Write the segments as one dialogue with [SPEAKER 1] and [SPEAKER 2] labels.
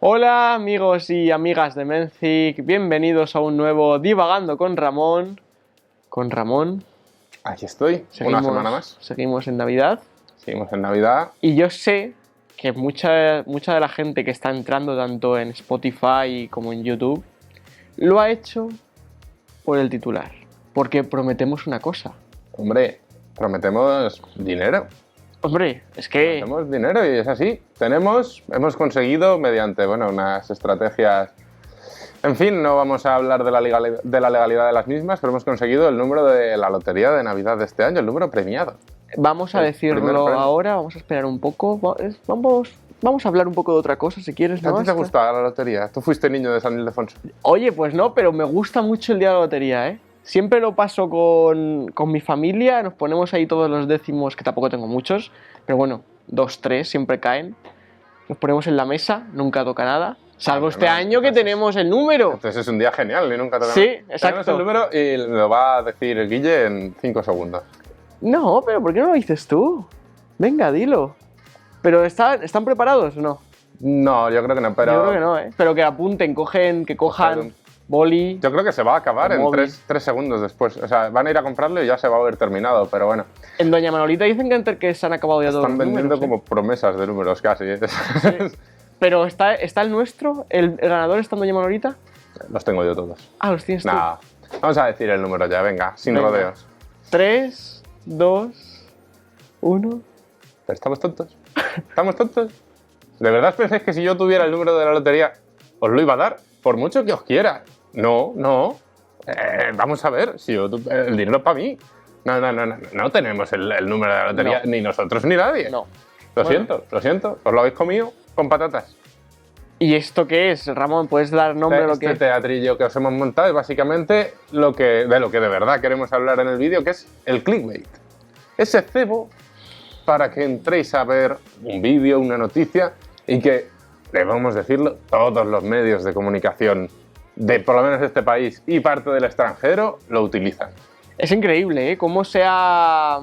[SPEAKER 1] Hola amigos y amigas de Menzik, bienvenidos a un nuevo Divagando con Ramón. Con Ramón,
[SPEAKER 2] Aquí estoy,
[SPEAKER 1] seguimos,
[SPEAKER 2] una semana más.
[SPEAKER 1] seguimos en Navidad.
[SPEAKER 2] Seguimos en Navidad.
[SPEAKER 1] Y yo sé que mucha, mucha de la gente que está entrando tanto en Spotify como en YouTube lo ha hecho por el titular. Porque prometemos una cosa.
[SPEAKER 2] Hombre, prometemos dinero.
[SPEAKER 1] Hombre, es que...
[SPEAKER 2] Prometemos dinero y es así. Tenemos, hemos conseguido mediante, bueno, unas estrategias... En fin, no vamos a hablar de la, legali- de la legalidad de las mismas, pero hemos conseguido el número de la lotería de Navidad de este año, el número premiado.
[SPEAKER 1] Vamos a
[SPEAKER 2] El primer
[SPEAKER 1] decirlo
[SPEAKER 2] premio.
[SPEAKER 1] ahora, vamos a esperar un poco. va- es- Vamos, vamos a hablar un poco de otra cosa si quieres.
[SPEAKER 2] ¿A
[SPEAKER 1] ¿no?
[SPEAKER 2] ti te
[SPEAKER 1] Esta-
[SPEAKER 2] gustaba la lotería? Tú fuiste niño de San Ildefonso.
[SPEAKER 1] Oye, pues no, pero me gusta mucho el día de la lotería, ¿eh? Siempre lo paso con, con mi familia, nos ponemos ahí todos los décimos, que tampoco tengo muchos, pero bueno, dos, tres, siempre caen. Nos ponemos en la mesa, nunca toca nada, salvo
[SPEAKER 2] Ah,
[SPEAKER 1] este
[SPEAKER 2] no,
[SPEAKER 1] año que
[SPEAKER 2] entonces-
[SPEAKER 1] tenemos el número.
[SPEAKER 2] Entonces es un día genial y nunca te
[SPEAKER 1] Sí,
[SPEAKER 2] ganas.
[SPEAKER 1] exacto.
[SPEAKER 2] Tenemos el número y lo va a decir Guille en 5 segundos.
[SPEAKER 1] No, pero ¿por qué no lo dices tú? Venga, dilo. ¿Pero están, están preparados o no?
[SPEAKER 2] No, yo creo que no, pero...
[SPEAKER 1] Yo creo que no, ¿eh? Pero que apunten, cogen, que cojan
[SPEAKER 2] Cogen.
[SPEAKER 1] boli.
[SPEAKER 2] Yo creo que se va a acabar
[SPEAKER 1] El
[SPEAKER 2] en
[SPEAKER 1] móvil.
[SPEAKER 2] tres, tres segundos después. O sea, van a ir a comprarlo y ya se va a haber terminado. Pero bueno,
[SPEAKER 1] En Doña Manolita dicen que, enter- que se han acabado ya todos
[SPEAKER 2] están
[SPEAKER 1] los
[SPEAKER 2] vendiendo
[SPEAKER 1] números, ¿eh?
[SPEAKER 2] como promesas de números casi. ¿eh?
[SPEAKER 1] Pero está, está el nuestro, el, el ganador está en Doña Manolita.
[SPEAKER 2] Los tengo yo todos.
[SPEAKER 1] Ah, los tienes tú.
[SPEAKER 2] Nada. Vamos a decir el número ya, venga, sin
[SPEAKER 1] Venga.
[SPEAKER 2] rodeos.
[SPEAKER 1] 3, 2, 1.
[SPEAKER 2] Pero estamos tontos. Estamos tontos. ¿De verdad pensáis que si yo tuviera el número de la lotería os lo iba a dar? Por mucho que os quiera. No, no. Eh, vamos a ver, si yo tu- el dinero para mí. No, no, no, no, no tenemos el, el número de la lotería,
[SPEAKER 1] No.
[SPEAKER 2] ni nosotros ni nadie.
[SPEAKER 1] No.
[SPEAKER 2] Lo
[SPEAKER 1] Bueno.
[SPEAKER 2] siento, lo siento. Os lo habéis comido con patatas.
[SPEAKER 1] ¿Y esto qué es, Ramón? ¿Puedes dar nombre a lo
[SPEAKER 2] este
[SPEAKER 1] que
[SPEAKER 2] teatrillo que os hemos montado es básicamente lo que, de lo que de verdad queremos hablar en el vídeo, que es el clickbait. Ese cebo para que entréis a ver un vídeo, una noticia y que, debemos decirlo, todos los medios de comunicación de por lo menos este país y parte del extranjero lo utilizan.
[SPEAKER 1] Es increíble, ¿eh? Cómo se ha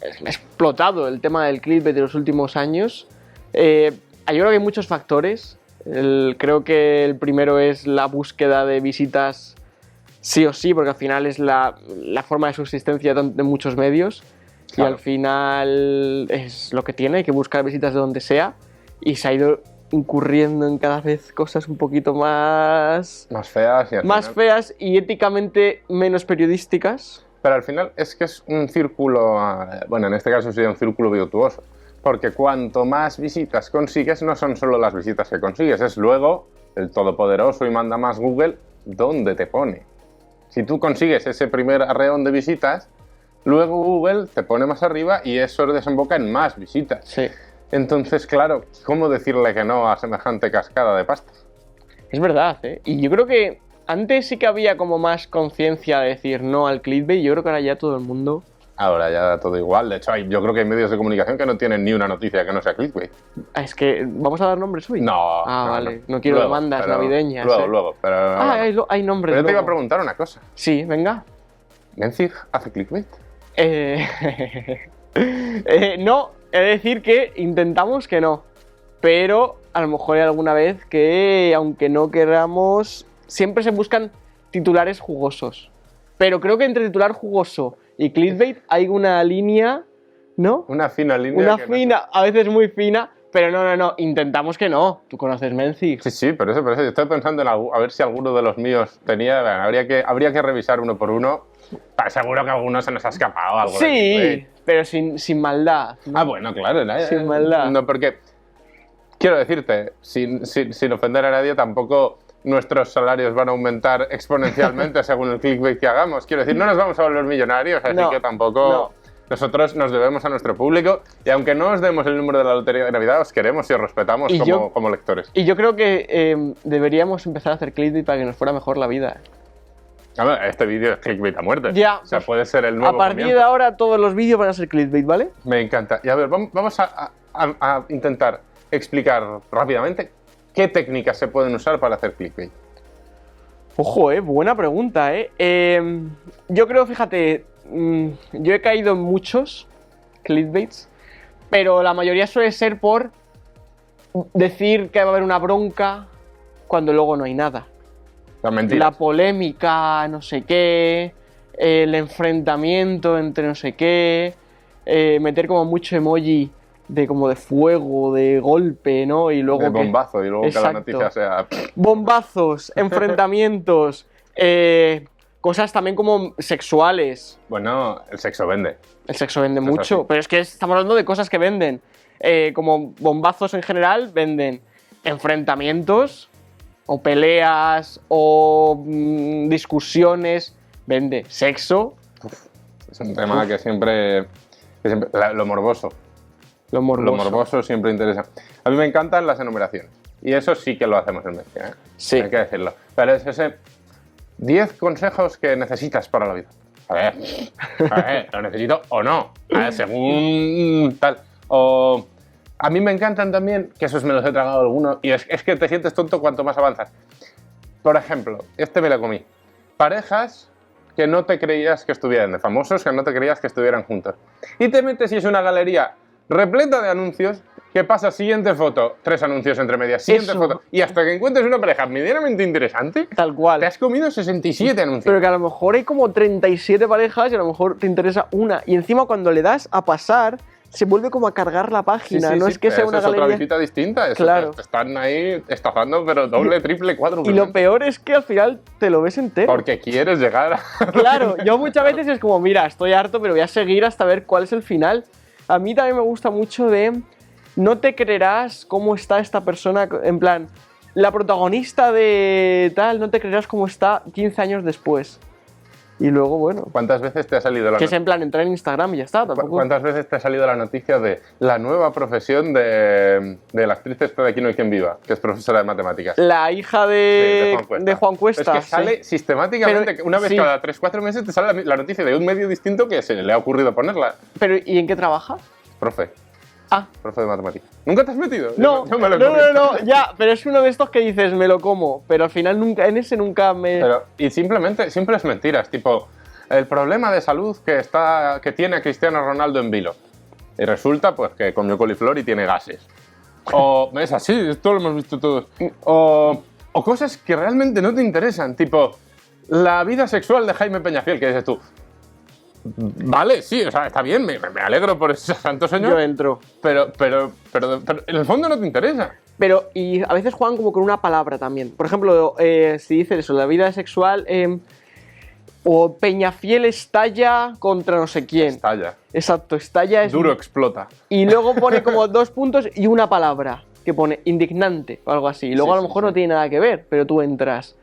[SPEAKER 1] es- explotado el tema del clip de los últimos años. Eh, yo creo que hay muchos factores. El- creo que el primero es la búsqueda de visitas sí o sí, porque al final es la, la forma de subsistencia de de muchos medios. Y
[SPEAKER 2] Claro.
[SPEAKER 1] al final es lo que tiene, hay que buscar visitas de donde sea. Y se ha ido incurriendo en cada vez cosas un poquito más,
[SPEAKER 2] Más feas y al
[SPEAKER 1] más
[SPEAKER 2] final-
[SPEAKER 1] feas y éticamente menos periodísticas.
[SPEAKER 2] Pero al final es que es un círculo, eh, bueno, en este caso sería un círculo virtuoso, porque cuanto más visitas consigues, no son solo las visitas que consigues, es luego el todopoderoso y manda más Google dónde te pone. Si tú consigues ese primer arreón de visitas, luego Google te pone más arriba y eso desemboca en más visitas.
[SPEAKER 1] Sí.
[SPEAKER 2] Entonces, claro, ¿cómo decirle que no a semejante cascada de pasta?
[SPEAKER 1] Es verdad, ¿eh? Y yo creo que antes sí que había como más conciencia de decir no al clickbait. Yo creo que ahora ya todo el mundo.
[SPEAKER 2] Ahora ya da todo igual. De hecho, hay- yo creo que hay medios de comunicación que no tienen ni una noticia que no sea clickbait.
[SPEAKER 1] Ah, Es que vamos a dar nombres hoy.
[SPEAKER 2] No.
[SPEAKER 1] Ah, vale. No quiero demandas
[SPEAKER 2] pero
[SPEAKER 1] navideñas,
[SPEAKER 2] Luego,
[SPEAKER 1] eh.
[SPEAKER 2] luego. Pero,
[SPEAKER 1] Ah, hay, lo- hay nombres.
[SPEAKER 2] pero yo te iba a
[SPEAKER 1] luego.
[SPEAKER 2] preguntar una cosa.
[SPEAKER 1] Sí, venga.
[SPEAKER 2] ¿Menzig hace clickbait?
[SPEAKER 1] Eh, eh, no, he de decir que intentamos que no. Pero a lo mejor hay alguna vez que, aunque no queramos, siempre se buscan titulares jugosos. Pero creo que entre titular jugoso y clickbait hay una línea, ¿no?
[SPEAKER 2] Una fina línea.
[SPEAKER 1] Una
[SPEAKER 2] que no-
[SPEAKER 1] fina, a veces muy fina, pero no, no, no, intentamos que no. Tú conoces Menzi.
[SPEAKER 2] Sí, sí, pero eso, pero eso. Yo estoy pensando en algu- a ver si alguno de los míos tenía. bueno, habría, que, habría que revisar uno por uno. Ah, seguro que alguno se nos ha escapado. Algo de clickbait.
[SPEAKER 1] pero sin, sin maldad.
[SPEAKER 2] Ah, bueno, claro. ¿no?
[SPEAKER 1] Sin maldad.
[SPEAKER 2] No, porque. Quiero decirte, sin, sin- sin ofender a nadie, tampoco nuestros salarios van a aumentar exponencialmente según el clickbait que hagamos. Quiero decir, no nos vamos a volver millonarios, así
[SPEAKER 1] No,
[SPEAKER 2] que tampoco.
[SPEAKER 1] no.
[SPEAKER 2] Nosotros nos debemos a nuestro público y aunque no os demos el número de la Lotería de Navidad, os queremos y os respetamos
[SPEAKER 1] Y
[SPEAKER 2] como,
[SPEAKER 1] yo-
[SPEAKER 2] como lectores.
[SPEAKER 1] Y yo creo que eh, deberíamos empezar a hacer clickbait para que nos fuera mejor la vida.
[SPEAKER 2] A ver, este vídeo es clickbait a muerte.
[SPEAKER 1] Ya,
[SPEAKER 2] O sea,
[SPEAKER 1] pues,
[SPEAKER 2] puede ser el nuevo.
[SPEAKER 1] A partir de
[SPEAKER 2] comienzo.
[SPEAKER 1] ahora todos los vídeos van a ser clickbait, ¿vale?
[SPEAKER 2] Me encanta. Y a ver, vam- vamos a, a- a intentar explicar rápidamente qué técnicas se pueden usar para hacer clickbait.
[SPEAKER 1] Ojo, eh, buena pregunta, eh. Eh, yo creo, fíjate, mm, yo he caído en muchos clickbaits, pero la mayoría suele ser por decir que va a haber una bronca cuando luego no hay nada. La
[SPEAKER 2] Las mentiras.
[SPEAKER 1] polémica, no sé qué, el enfrentamiento entre no sé qué, eh, meter como mucho emoji de como de fuego, de golpe, ¿no? Y luego
[SPEAKER 2] El
[SPEAKER 1] que-
[SPEAKER 2] bombazo y luego que
[SPEAKER 1] Exacto.
[SPEAKER 2] la noticia sea. pff,
[SPEAKER 1] bombazos, enfrentamientos, eh, cosas también como sexuales.
[SPEAKER 2] Bueno, el sexo vende.
[SPEAKER 1] El sexo vende
[SPEAKER 2] Eso es
[SPEAKER 1] mucho,
[SPEAKER 2] así.
[SPEAKER 1] pero es que estamos hablando de cosas que venden. Eh, como bombazos en general, venden enfrentamientos o peleas o mm, discusiones, vende sexo,
[SPEAKER 2] Es un tema que siempre. que siempre- la- lo morboso.
[SPEAKER 1] lo morboso.
[SPEAKER 2] Lo morboso siempre interesa. A mí me encantan las enumeraciones. Y eso sí que lo hacemos en Murcia, ¿eh?
[SPEAKER 1] Sí.
[SPEAKER 2] Hay que decirlo. Pero es ese 10 consejos que necesitas para la vida. A ver, a ver, lo necesito o no. A ver, según tal. O a mí me encantan también, que esos me los he tragado algunos, y es, es que te sientes tonto cuanto más avanzas. Por ejemplo, este me lo comí. Parejas que no te creías que estuvieran, de famosos que no te creías que estuvieran juntos. Y te metes y es una galería repleta de anuncios que pasa siguiente foto, tres anuncios entre medias, siguiente
[SPEAKER 1] Eso.
[SPEAKER 2] foto. Y hasta que encuentres una pareja medianamente interesante,
[SPEAKER 1] Tal cual.
[SPEAKER 2] te has comido 67 anuncios.
[SPEAKER 1] Pero que a lo mejor hay como 37 parejas y a lo mejor te interesa una. Y encima cuando le das a pasar, se vuelve como a cargar la
[SPEAKER 2] Sí,
[SPEAKER 1] página.
[SPEAKER 2] sí,
[SPEAKER 1] no
[SPEAKER 2] sí,
[SPEAKER 1] es que
[SPEAKER 2] pero
[SPEAKER 1] sea
[SPEAKER 2] eso
[SPEAKER 1] una
[SPEAKER 2] es otra
[SPEAKER 1] galería.
[SPEAKER 2] visita distinta. eso,
[SPEAKER 1] Claro.
[SPEAKER 2] te están ahí estafando, pero doble, triple, cuádruple.
[SPEAKER 1] Y lo peor es que al final te lo ves entero.
[SPEAKER 2] Porque quieres llegar a...
[SPEAKER 1] Claro, yo muchas veces es como, mira, estoy harto, pero voy a seguir hasta ver cuál es el final. A mí también me gusta mucho de, no te creerás cómo está esta persona, en plan, la protagonista de tal, no te creerás cómo está 15 años después. Y luego, bueno,
[SPEAKER 2] ¿Cuántas veces te ha salido la
[SPEAKER 1] que es
[SPEAKER 2] noticia?
[SPEAKER 1] en plan entrar en Instagram y ya está, tampoco...
[SPEAKER 2] ¿Cuántas veces te ha salido la noticia de la nueva profesión de, de la actriz esta de Aquí no hay quien viva, que es profesora de matemáticas?
[SPEAKER 1] La hija de, Eh, de Juan Cuesta.
[SPEAKER 2] Es que
[SPEAKER 1] sí.
[SPEAKER 2] sale sistemáticamente,
[SPEAKER 1] Pero-
[SPEAKER 2] una vez
[SPEAKER 1] sí.
[SPEAKER 2] cada 3-4 meses te sale la, la noticia de un medio distinto que se le ha ocurrido ponerla.
[SPEAKER 1] Pero ¿y en qué trabaja?
[SPEAKER 2] Profe,
[SPEAKER 1] Ah,
[SPEAKER 2] profe de matemáticas. ¿Nunca te has metido?
[SPEAKER 1] no,
[SPEAKER 2] Yo
[SPEAKER 1] no,
[SPEAKER 2] lo he
[SPEAKER 1] no,
[SPEAKER 2] comido.
[SPEAKER 1] no, ya, pero es uno de estos que dices, me lo como, pero al final nunca, en ese nunca me...
[SPEAKER 2] Pero, y simplemente, siempre es mentiras, tipo, el problema de salud que, está, que tiene Cristiano Ronaldo en vilo. Y resulta, pues, que comió coliflor y tiene gases. O es así, esto lo hemos visto todos. O, o cosas que realmente no te interesan, tipo, la vida sexual de Jaime Peñafiel, que dices tú. Vale, sí, o sea, está bien, me, me alegro por ese santo
[SPEAKER 1] Yo
[SPEAKER 2] señor,
[SPEAKER 1] entro.
[SPEAKER 2] pero, pero, pero, pero en el fondo no te interesa.
[SPEAKER 1] Pero, y a veces juegan como con una palabra también. Por ejemplo, eh, si dicen eso, la vida sexual, eh, o Peñafiel estalla contra no sé quién.
[SPEAKER 2] Estalla,
[SPEAKER 1] Exacto, estalla es...
[SPEAKER 2] duro explota.
[SPEAKER 1] Y luego pone como dos puntos y una palabra, que pone indignante o algo así. Y luego
[SPEAKER 2] Sí,
[SPEAKER 1] a lo
[SPEAKER 2] sí,
[SPEAKER 1] mejor
[SPEAKER 2] sí.
[SPEAKER 1] no tiene nada que ver, pero tú entras.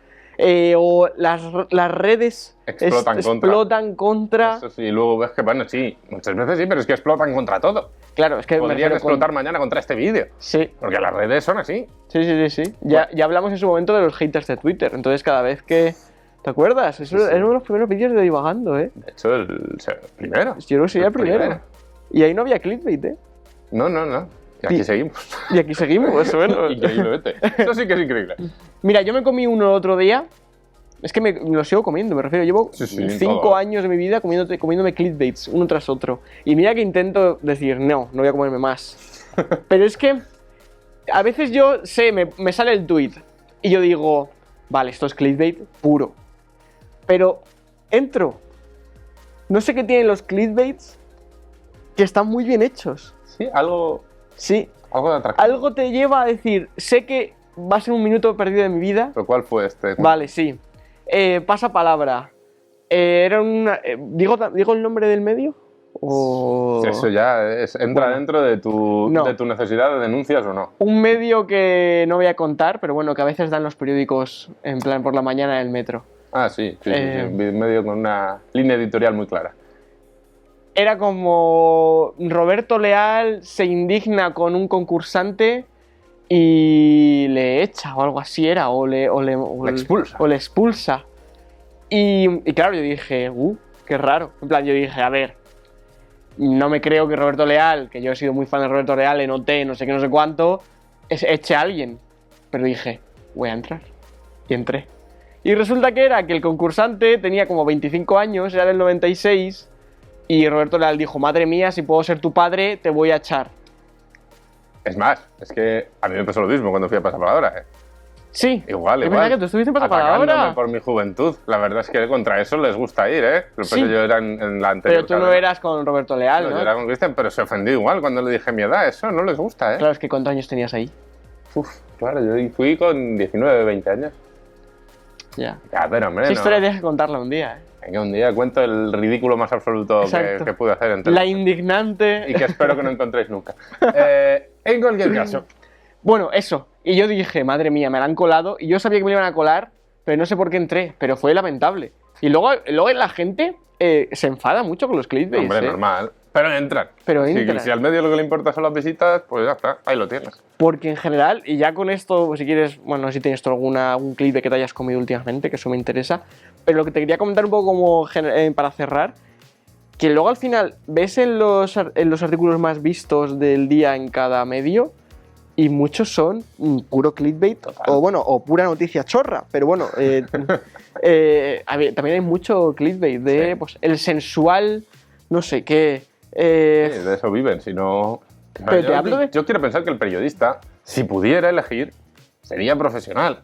[SPEAKER 1] Eh, o las, las redes es-
[SPEAKER 2] Explotan contra.
[SPEAKER 1] explotan contra-
[SPEAKER 2] Eso sí, y luego ves que, bueno, sí, muchas veces sí, pero es que explotan contra todo.
[SPEAKER 1] Claro, es que me
[SPEAKER 2] Podrían
[SPEAKER 1] refiero con-
[SPEAKER 2] explotar mañana contra este vídeo.
[SPEAKER 1] Sí,
[SPEAKER 2] Porque las redes son así.
[SPEAKER 1] Sí, sí, sí, sí. Ya, ya hablamos en su momento de los haters de Twitter. Entonces, cada vez que. ¿Te acuerdas? Eso
[SPEAKER 2] Sí, sí.
[SPEAKER 1] era uno de los primeros vídeos de divagando, ¿eh?
[SPEAKER 2] De hecho, el, o sea, el primero.
[SPEAKER 1] Yo creo que sería el primero.
[SPEAKER 2] primero.
[SPEAKER 1] Y ahí no había clickbait, ¿eh?
[SPEAKER 2] No, no, no. Y aquí
[SPEAKER 1] Sí.
[SPEAKER 2] seguimos.
[SPEAKER 1] Y aquí seguimos, bueno.
[SPEAKER 2] Increíble, Eso sí que es increíble.
[SPEAKER 1] Mira, yo me comí uno el otro día. Es que me, me lo sigo comiendo, me refiero. Llevo
[SPEAKER 2] Sí, sí,
[SPEAKER 1] cinco
[SPEAKER 2] todo.
[SPEAKER 1] años de mi vida comiéndote- comiéndome clickbaits uno tras otro. Y mira que intento decir, no, no voy a comerme más. Pero es que a veces yo sé, me, me sale el tweet y yo digo, vale, esto es clickbait puro. Pero entro. No sé qué tienen los clickbaits que están muy bien hechos.
[SPEAKER 2] Sí, algo,
[SPEAKER 1] Sí,
[SPEAKER 2] algo de atractivo.
[SPEAKER 1] algo te lleva a decir, sé que va a ser un minuto perdido de mi vida,
[SPEAKER 2] ¿Pero cuál fue este?
[SPEAKER 1] Vale, sí. Eh, pasa palabra. Eh, era una. eh, ¿digo, ta- ¿Digo el nombre del medio? O.
[SPEAKER 2] Eso ya es- entra
[SPEAKER 1] Bueno.
[SPEAKER 2] dentro de tu,
[SPEAKER 1] No.
[SPEAKER 2] de tu necesidad de denuncias o no.
[SPEAKER 1] Un medio que no voy a contar, pero bueno, que a veces dan los periódicos en plan por la mañana en el metro.
[SPEAKER 2] Ah, sí, sí, sí,
[SPEAKER 1] Eh.
[SPEAKER 2] sí, un medio con una línea editorial muy clara.
[SPEAKER 1] Era como. Roberto Leal se indigna con un concursante y le echa o algo así era, o le, o le, o
[SPEAKER 2] Le expulsa.
[SPEAKER 1] o le expulsa. Y, y claro, yo dije, uh, qué raro. En plan, yo dije, a ver, no me creo que Roberto Leal, que yo he sido muy fan de Roberto Leal en OT, no sé qué, no sé cuánto, es- eche a alguien. Pero dije, voy a entrar. Y entré. Y resulta que era que el concursante tenía como 25 años, era del 96, y Roberto Leal dijo, madre mía, si puedo ser tu padre, te voy a echar.
[SPEAKER 2] Es más, es que a mí me pasó lo mismo cuando fui a Pasapalabra. ¿eh?
[SPEAKER 1] Sí.
[SPEAKER 2] Igual,
[SPEAKER 1] Es
[SPEAKER 2] igual.
[SPEAKER 1] verdad que tú estuviste en
[SPEAKER 2] Atacándome
[SPEAKER 1] Pasapalabra.
[SPEAKER 2] por mi juventud. La verdad es que contra eso les gusta ir, ¿eh? Pero
[SPEAKER 1] Sí.
[SPEAKER 2] yo era en, en la anterior.
[SPEAKER 1] Pero tú no
[SPEAKER 2] cadena.
[SPEAKER 1] eras con Roberto Leal,
[SPEAKER 2] No,
[SPEAKER 1] ¿no?
[SPEAKER 2] yo era con Cristian, pero se ofendió igual cuando le dije mi edad. Eso no les gusta, ¿eh?
[SPEAKER 1] Claro, es que ¿cuántos años tenías ahí?
[SPEAKER 2] Uf, claro, yo fui con 19, 20 años.
[SPEAKER 1] Ya.
[SPEAKER 2] Ya, pero hombre,
[SPEAKER 1] Esa
[SPEAKER 2] no.
[SPEAKER 1] historia tienes que contarla un día. ¿eh?
[SPEAKER 2] Venga, un día cuento el ridículo más absoluto que,
[SPEAKER 1] Exacto.
[SPEAKER 2] que pude hacer. entre-
[SPEAKER 1] La indignante.
[SPEAKER 2] Y que espero que no encontréis nunca. Eh, en cualquier caso,
[SPEAKER 1] Bueno, eso. Y yo dije, madre mía, me la han colado. Y yo sabía que me la iban a colar, pero no sé por qué entré. Pero fue lamentable. Y luego, luego la gente eh, se enfada mucho con los clickbaits.
[SPEAKER 2] hombre,
[SPEAKER 1] ¿eh?
[SPEAKER 2] normal. Pero entran.
[SPEAKER 1] Pero
[SPEAKER 2] Si-
[SPEAKER 1] entran.
[SPEAKER 2] Si, al medio lo que le importa son las visitas, pues ya está, ahí lo tienes.
[SPEAKER 1] Porque en general, y ya con esto, si quieres, bueno, no sé si tienes tú alguna, algún clickbait que te hayas comido últimamente, que eso me interesa. Pero lo que te quería comentar un poco como gen- eh, para cerrar, que luego al final ves en los, ar- en los artículos más vistos del día en cada medio y muchos son mm, puro clickbait o bueno o pura noticia chorra pero bueno eh, eh, a ver, también hay mucho clickbait de
[SPEAKER 2] Sí.
[SPEAKER 1] pues el sensual no sé qué eh,
[SPEAKER 2] Sí, de eso viven, si no...
[SPEAKER 1] Pero te
[SPEAKER 2] yo,
[SPEAKER 1] hablo de-
[SPEAKER 2] yo quiero pensar que el periodista, si pudiera elegir, sería profesional.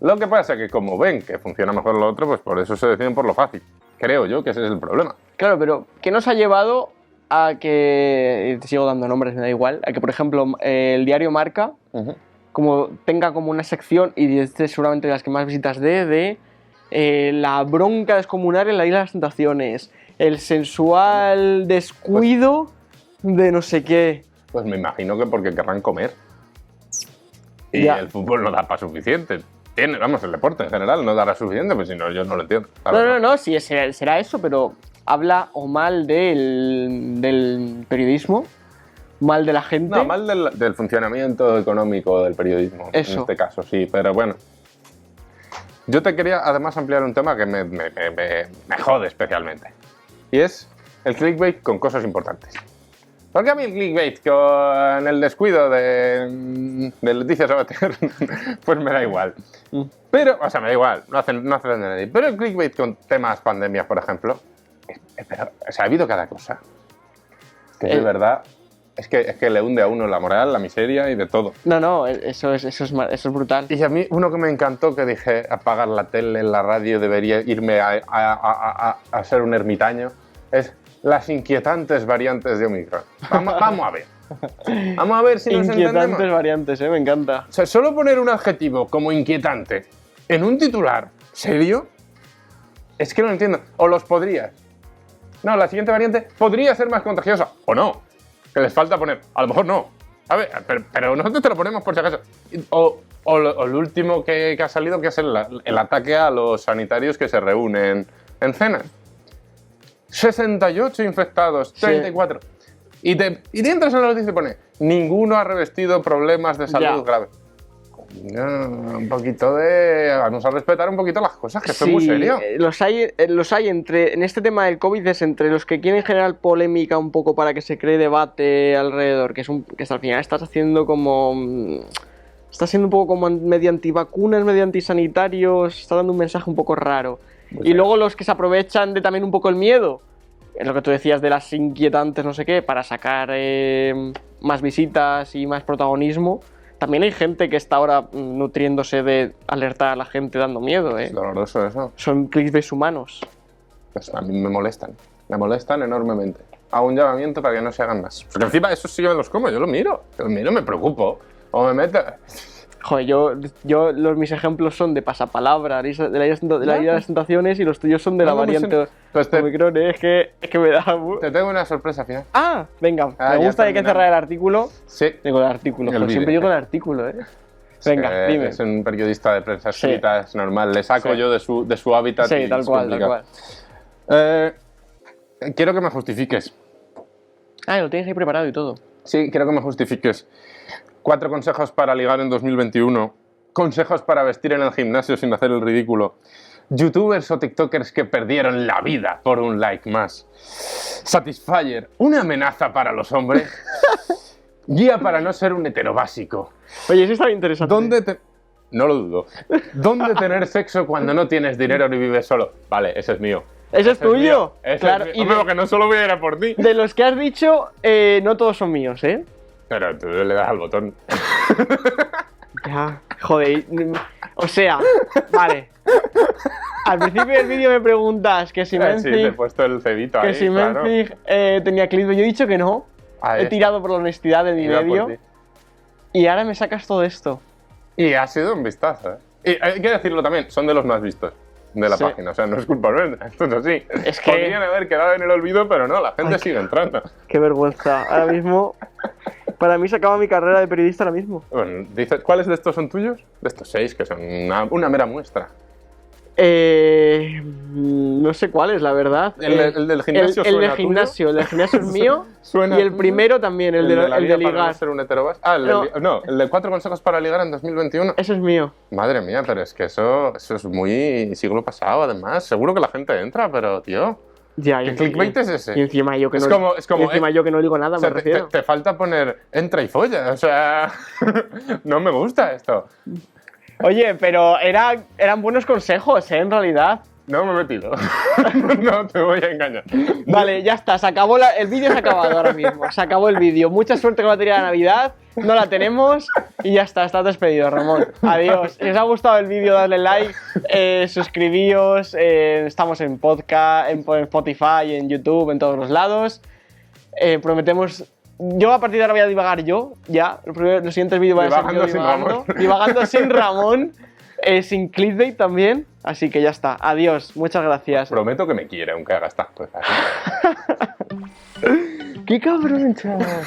[SPEAKER 2] Lo que pasa que como ven que funciona mejor lo otro, pues por eso se deciden por lo fácil. Creo yo que ese es el problema.
[SPEAKER 1] Claro, pero ¿qué nos ha llevado a que, te sigo dando nombres, me da igual, a que por ejemplo eh, el diario Marca como tenga como una sección, y este es seguramente de las que más visitas de, de eh, la bronca descomunal en la isla de las tentaciones, el sensual descuido de no sé qué.
[SPEAKER 2] Pues me imagino que porque querrán comer. Y
[SPEAKER 1] Ya.
[SPEAKER 2] el fútbol no da para suficiente. Tiene, vamos, el deporte en general no dará suficiente, pues si no, yo no lo entiendo. la
[SPEAKER 1] No,
[SPEAKER 2] verdad.
[SPEAKER 1] no, no, sí, será, será eso, pero habla o mal del, del periodismo, mal de la gente.
[SPEAKER 2] No, mal del, del funcionamiento económico del periodismo, en
[SPEAKER 1] Eso.
[SPEAKER 2] este caso, sí, pero bueno. Yo te quería además ampliar un tema que me, me- me- me- me jode especialmente. Y es el clickbait con cosas importantes. Porque a mí el clickbait con el descuido de, de Leticia Sabater, pues me da igual. Pero, o sea, me da igual, no hacen, no hace daño a nadie. Pero el clickbait con temas pandemias, por ejemplo, es- es- pero, o sea, ha habido cada cosa. Es que de
[SPEAKER 1] El-
[SPEAKER 2] verdad, es que, es que le hunde a uno la moral, la miseria y de todo.
[SPEAKER 1] No, no, e-, eso es, eso es, ma- eso es brutal.
[SPEAKER 2] Y a mí uno que me encantó, que dije, apagar la tele, la radio, debería irme a, a- a- a- a ser un ermitaño, es las inquietantes variantes de Omicron. Vamos, vamos a ver. Vamos a ver si nos entendemos.
[SPEAKER 1] Inquietantes variantes, eh, me encanta.
[SPEAKER 2] O sea, solo poner un adjetivo como inquietante en un titular serio, es que no lo entiendo. O los podrías. No, la siguiente variante podría ser más contagiosa. O no. Que les falta poner. A lo mejor no. A ver, pero, pero nosotros te lo ponemos por si acaso. Y- O, o lo- o el último que, que ha salido, que es el, el ataque a los sanitarios que se reúnen en cenas. 68 infectados,
[SPEAKER 1] Sí.
[SPEAKER 2] 34. Y, te, y te entras en la noticia y pone, ninguno ha revestido problemas de salud
[SPEAKER 1] Ya.
[SPEAKER 2] graves. No, un poquito de... Vamos a respetar un poquito las cosas, que esto es muy
[SPEAKER 1] Sí,
[SPEAKER 2] serio.
[SPEAKER 1] eh, Los hay, eh, los hay entre, en este tema del COVID, es entre los que quieren generar polémica un poco para que se cree debate alrededor, que es un, que hasta al final estás haciendo como... mm, Estás siendo un poco como an- medio antivacunas, medio antisanitarios, está dando un mensaje un poco raro.
[SPEAKER 2] Pues
[SPEAKER 1] y
[SPEAKER 2] sí.
[SPEAKER 1] luego los que se aprovechan de también un poco el miedo, es lo que tú decías de las inquietantes, no sé qué, para sacar eh, más visitas y más protagonismo. También hay gente que está ahora mm, nutriéndose de alertar a la gente dando miedo, ¿eh?
[SPEAKER 2] Es doloroso eso.
[SPEAKER 1] son clickbaits humanos.
[SPEAKER 2] Pues a mí me molestan. Me molestan enormemente. Hago un llamamiento para que no se hagan más. Porque encima eso sí yo me los como, yo lo miro. Yo lo miro, me preocupo. O me meto...
[SPEAKER 1] Joder, yo, yo los, mis ejemplos son de pasapalabra, de la isla de la isla de la isla de las tentaciones y los tuyos son de la
[SPEAKER 2] No, no, pues
[SPEAKER 1] variante
[SPEAKER 2] sí. Pues te-
[SPEAKER 1] Omicron, eh, es que, es que me da... mu-
[SPEAKER 2] Te tengo una sorpresa final.
[SPEAKER 1] Ah, venga,
[SPEAKER 2] Ah,
[SPEAKER 1] me
[SPEAKER 2] ya
[SPEAKER 1] gusta que hay que
[SPEAKER 2] terminamos.
[SPEAKER 1] cerrar el artículo.
[SPEAKER 2] Sí.
[SPEAKER 1] Digo el artículo,
[SPEAKER 2] El
[SPEAKER 1] joder,
[SPEAKER 2] vídeo.
[SPEAKER 1] siempre digo el artículo, eh. Venga,
[SPEAKER 2] Eh,
[SPEAKER 1] dime.
[SPEAKER 2] Es un periodista de prensa
[SPEAKER 1] Sí.
[SPEAKER 2] escrita, es normal. Le saco
[SPEAKER 1] Sí.
[SPEAKER 2] yo de su, de su hábitat.
[SPEAKER 1] Sí,
[SPEAKER 2] y
[SPEAKER 1] tal
[SPEAKER 2] es
[SPEAKER 1] cual, tal
[SPEAKER 2] complicado.
[SPEAKER 1] cual.
[SPEAKER 2] Eh, quiero que me justifiques.
[SPEAKER 1] Ah, lo tienes ahí preparado y todo.
[SPEAKER 2] Sí, quiero que me justifiques. Cuatro consejos para ligar en 2021. Consejos para vestir en el gimnasio sin hacer el ridículo. Youtubers o TikTokers que perdieron la vida por un like más. Satisfyer, una amenaza para los hombres. Guía para no ser un hetero básico.
[SPEAKER 1] Oye, eso estaba interesante.
[SPEAKER 2] ¿Dónde te... No lo dudo. ¿Dónde tener sexo cuando no tienes dinero ni vives solo? Vale, ese es mío.
[SPEAKER 1] ¿Eso es
[SPEAKER 2] Ese es mío.
[SPEAKER 1] tuyo?
[SPEAKER 2] Ese es
[SPEAKER 1] claro,
[SPEAKER 2] mío.
[SPEAKER 1] y
[SPEAKER 2] Hombre,
[SPEAKER 1] de,
[SPEAKER 2] porque no solo voy a ir a por ti.
[SPEAKER 1] de los que has dicho, eh, no todos son míos, eh.
[SPEAKER 2] Pero tú le das al botón.
[SPEAKER 1] Ya, joder. y- O sea, vale. Al principio del vídeo me preguntas que si
[SPEAKER 2] Eh, Ah, sí, le he
[SPEAKER 1] Menfig
[SPEAKER 2] puesto el cebito
[SPEAKER 1] que
[SPEAKER 2] ahí,
[SPEAKER 1] si
[SPEAKER 2] claro.
[SPEAKER 1] Memphis, eh, tenía clickbait. Yo he dicho que no.
[SPEAKER 2] Ahí
[SPEAKER 1] He tirado por la honestidad de mi
[SPEAKER 2] iba por
[SPEAKER 1] medio.
[SPEAKER 2] ti.
[SPEAKER 1] Y ahora me sacas todo esto.
[SPEAKER 2] Y ha sido un vistazo, ¿eh? Y hay que decirlo también, son de los más vistos de la
[SPEAKER 1] Sí.
[SPEAKER 2] página. O sea, no es culpa nuestra, esto es así.
[SPEAKER 1] Es que-
[SPEAKER 2] Podrían haber quedado en el olvido, pero no, la gente
[SPEAKER 1] Ay,
[SPEAKER 2] sigue entrando.
[SPEAKER 1] Qué vergüenza. Ahora mismo. Para mí se acaba mi carrera de periodista ahora mismo.
[SPEAKER 2] Bueno, dices, ¿cuáles de estos son tuyos? De estos seis, que son una, una mera muestra.
[SPEAKER 1] Eh, mm, no sé cuál es, la verdad.
[SPEAKER 2] El,
[SPEAKER 1] Eh,
[SPEAKER 2] el del
[SPEAKER 1] el-
[SPEAKER 2] gimnasio
[SPEAKER 1] el
[SPEAKER 2] suena
[SPEAKER 1] del
[SPEAKER 2] tuyo?
[SPEAKER 1] gimnasio. El del gimnasio es mío.
[SPEAKER 2] Suena
[SPEAKER 1] y el
[SPEAKER 2] tuyo.
[SPEAKER 1] primero también, el, de,
[SPEAKER 2] la
[SPEAKER 1] el
[SPEAKER 2] vida
[SPEAKER 1] de
[SPEAKER 2] para no
[SPEAKER 1] ligar.
[SPEAKER 2] ser un heterobas- Ah, el de
[SPEAKER 1] No.
[SPEAKER 2] li- no. el de cuatro consejos para ligar en 2021.
[SPEAKER 1] Eso es mío.
[SPEAKER 2] Madre mía, pero es que eso, eso es muy siglo pasado, además. Seguro que la gente entra, pero, tío.
[SPEAKER 1] Ya, y-
[SPEAKER 2] ¿Qué clickbait
[SPEAKER 1] y-
[SPEAKER 2] es ese?
[SPEAKER 1] Y encima yo que
[SPEAKER 2] Es
[SPEAKER 1] no
[SPEAKER 2] como- es como,
[SPEAKER 1] y encima
[SPEAKER 2] eh,
[SPEAKER 1] yo que no digo nada,
[SPEAKER 2] O sea,
[SPEAKER 1] me
[SPEAKER 2] te, te-
[SPEAKER 1] refiero.
[SPEAKER 2] te falta poner entra y folla, o sea, no me gusta esto.
[SPEAKER 1] Oye, pero era- eran buenos consejos, ¿eh? En realidad.
[SPEAKER 2] No me he metido. no te voy a engañar.
[SPEAKER 1] Vale, ya está, se acabó la- el vídeo se ha acabado ahora mismo. Se acabó el vídeo. Mucha suerte con la batería de Navidad. No la tenemos y ya está, estás despedido, Ramón. Adiós. Si os ha gustado el vídeo, dadle like, eh, suscribíos. eh, estamos en podcast, en, po- en Spotify, en YouTube, en todos los lados. Eh, prometemos. Yo a partir de ahora voy a divagar yo, ya. Los, primeros- los siguientes vídeos van a ser yo
[SPEAKER 2] Divagando sin
[SPEAKER 1] divagando.
[SPEAKER 2] Ramón.
[SPEAKER 1] Divagando sin Ramón, eh, sin clickbait también. Así que ya está. Adiós. Muchas gracias.
[SPEAKER 2] Prometo que me quiere, ¿eh? aunque haga estas cosas.
[SPEAKER 1] ¡Qué cabrón, chaval!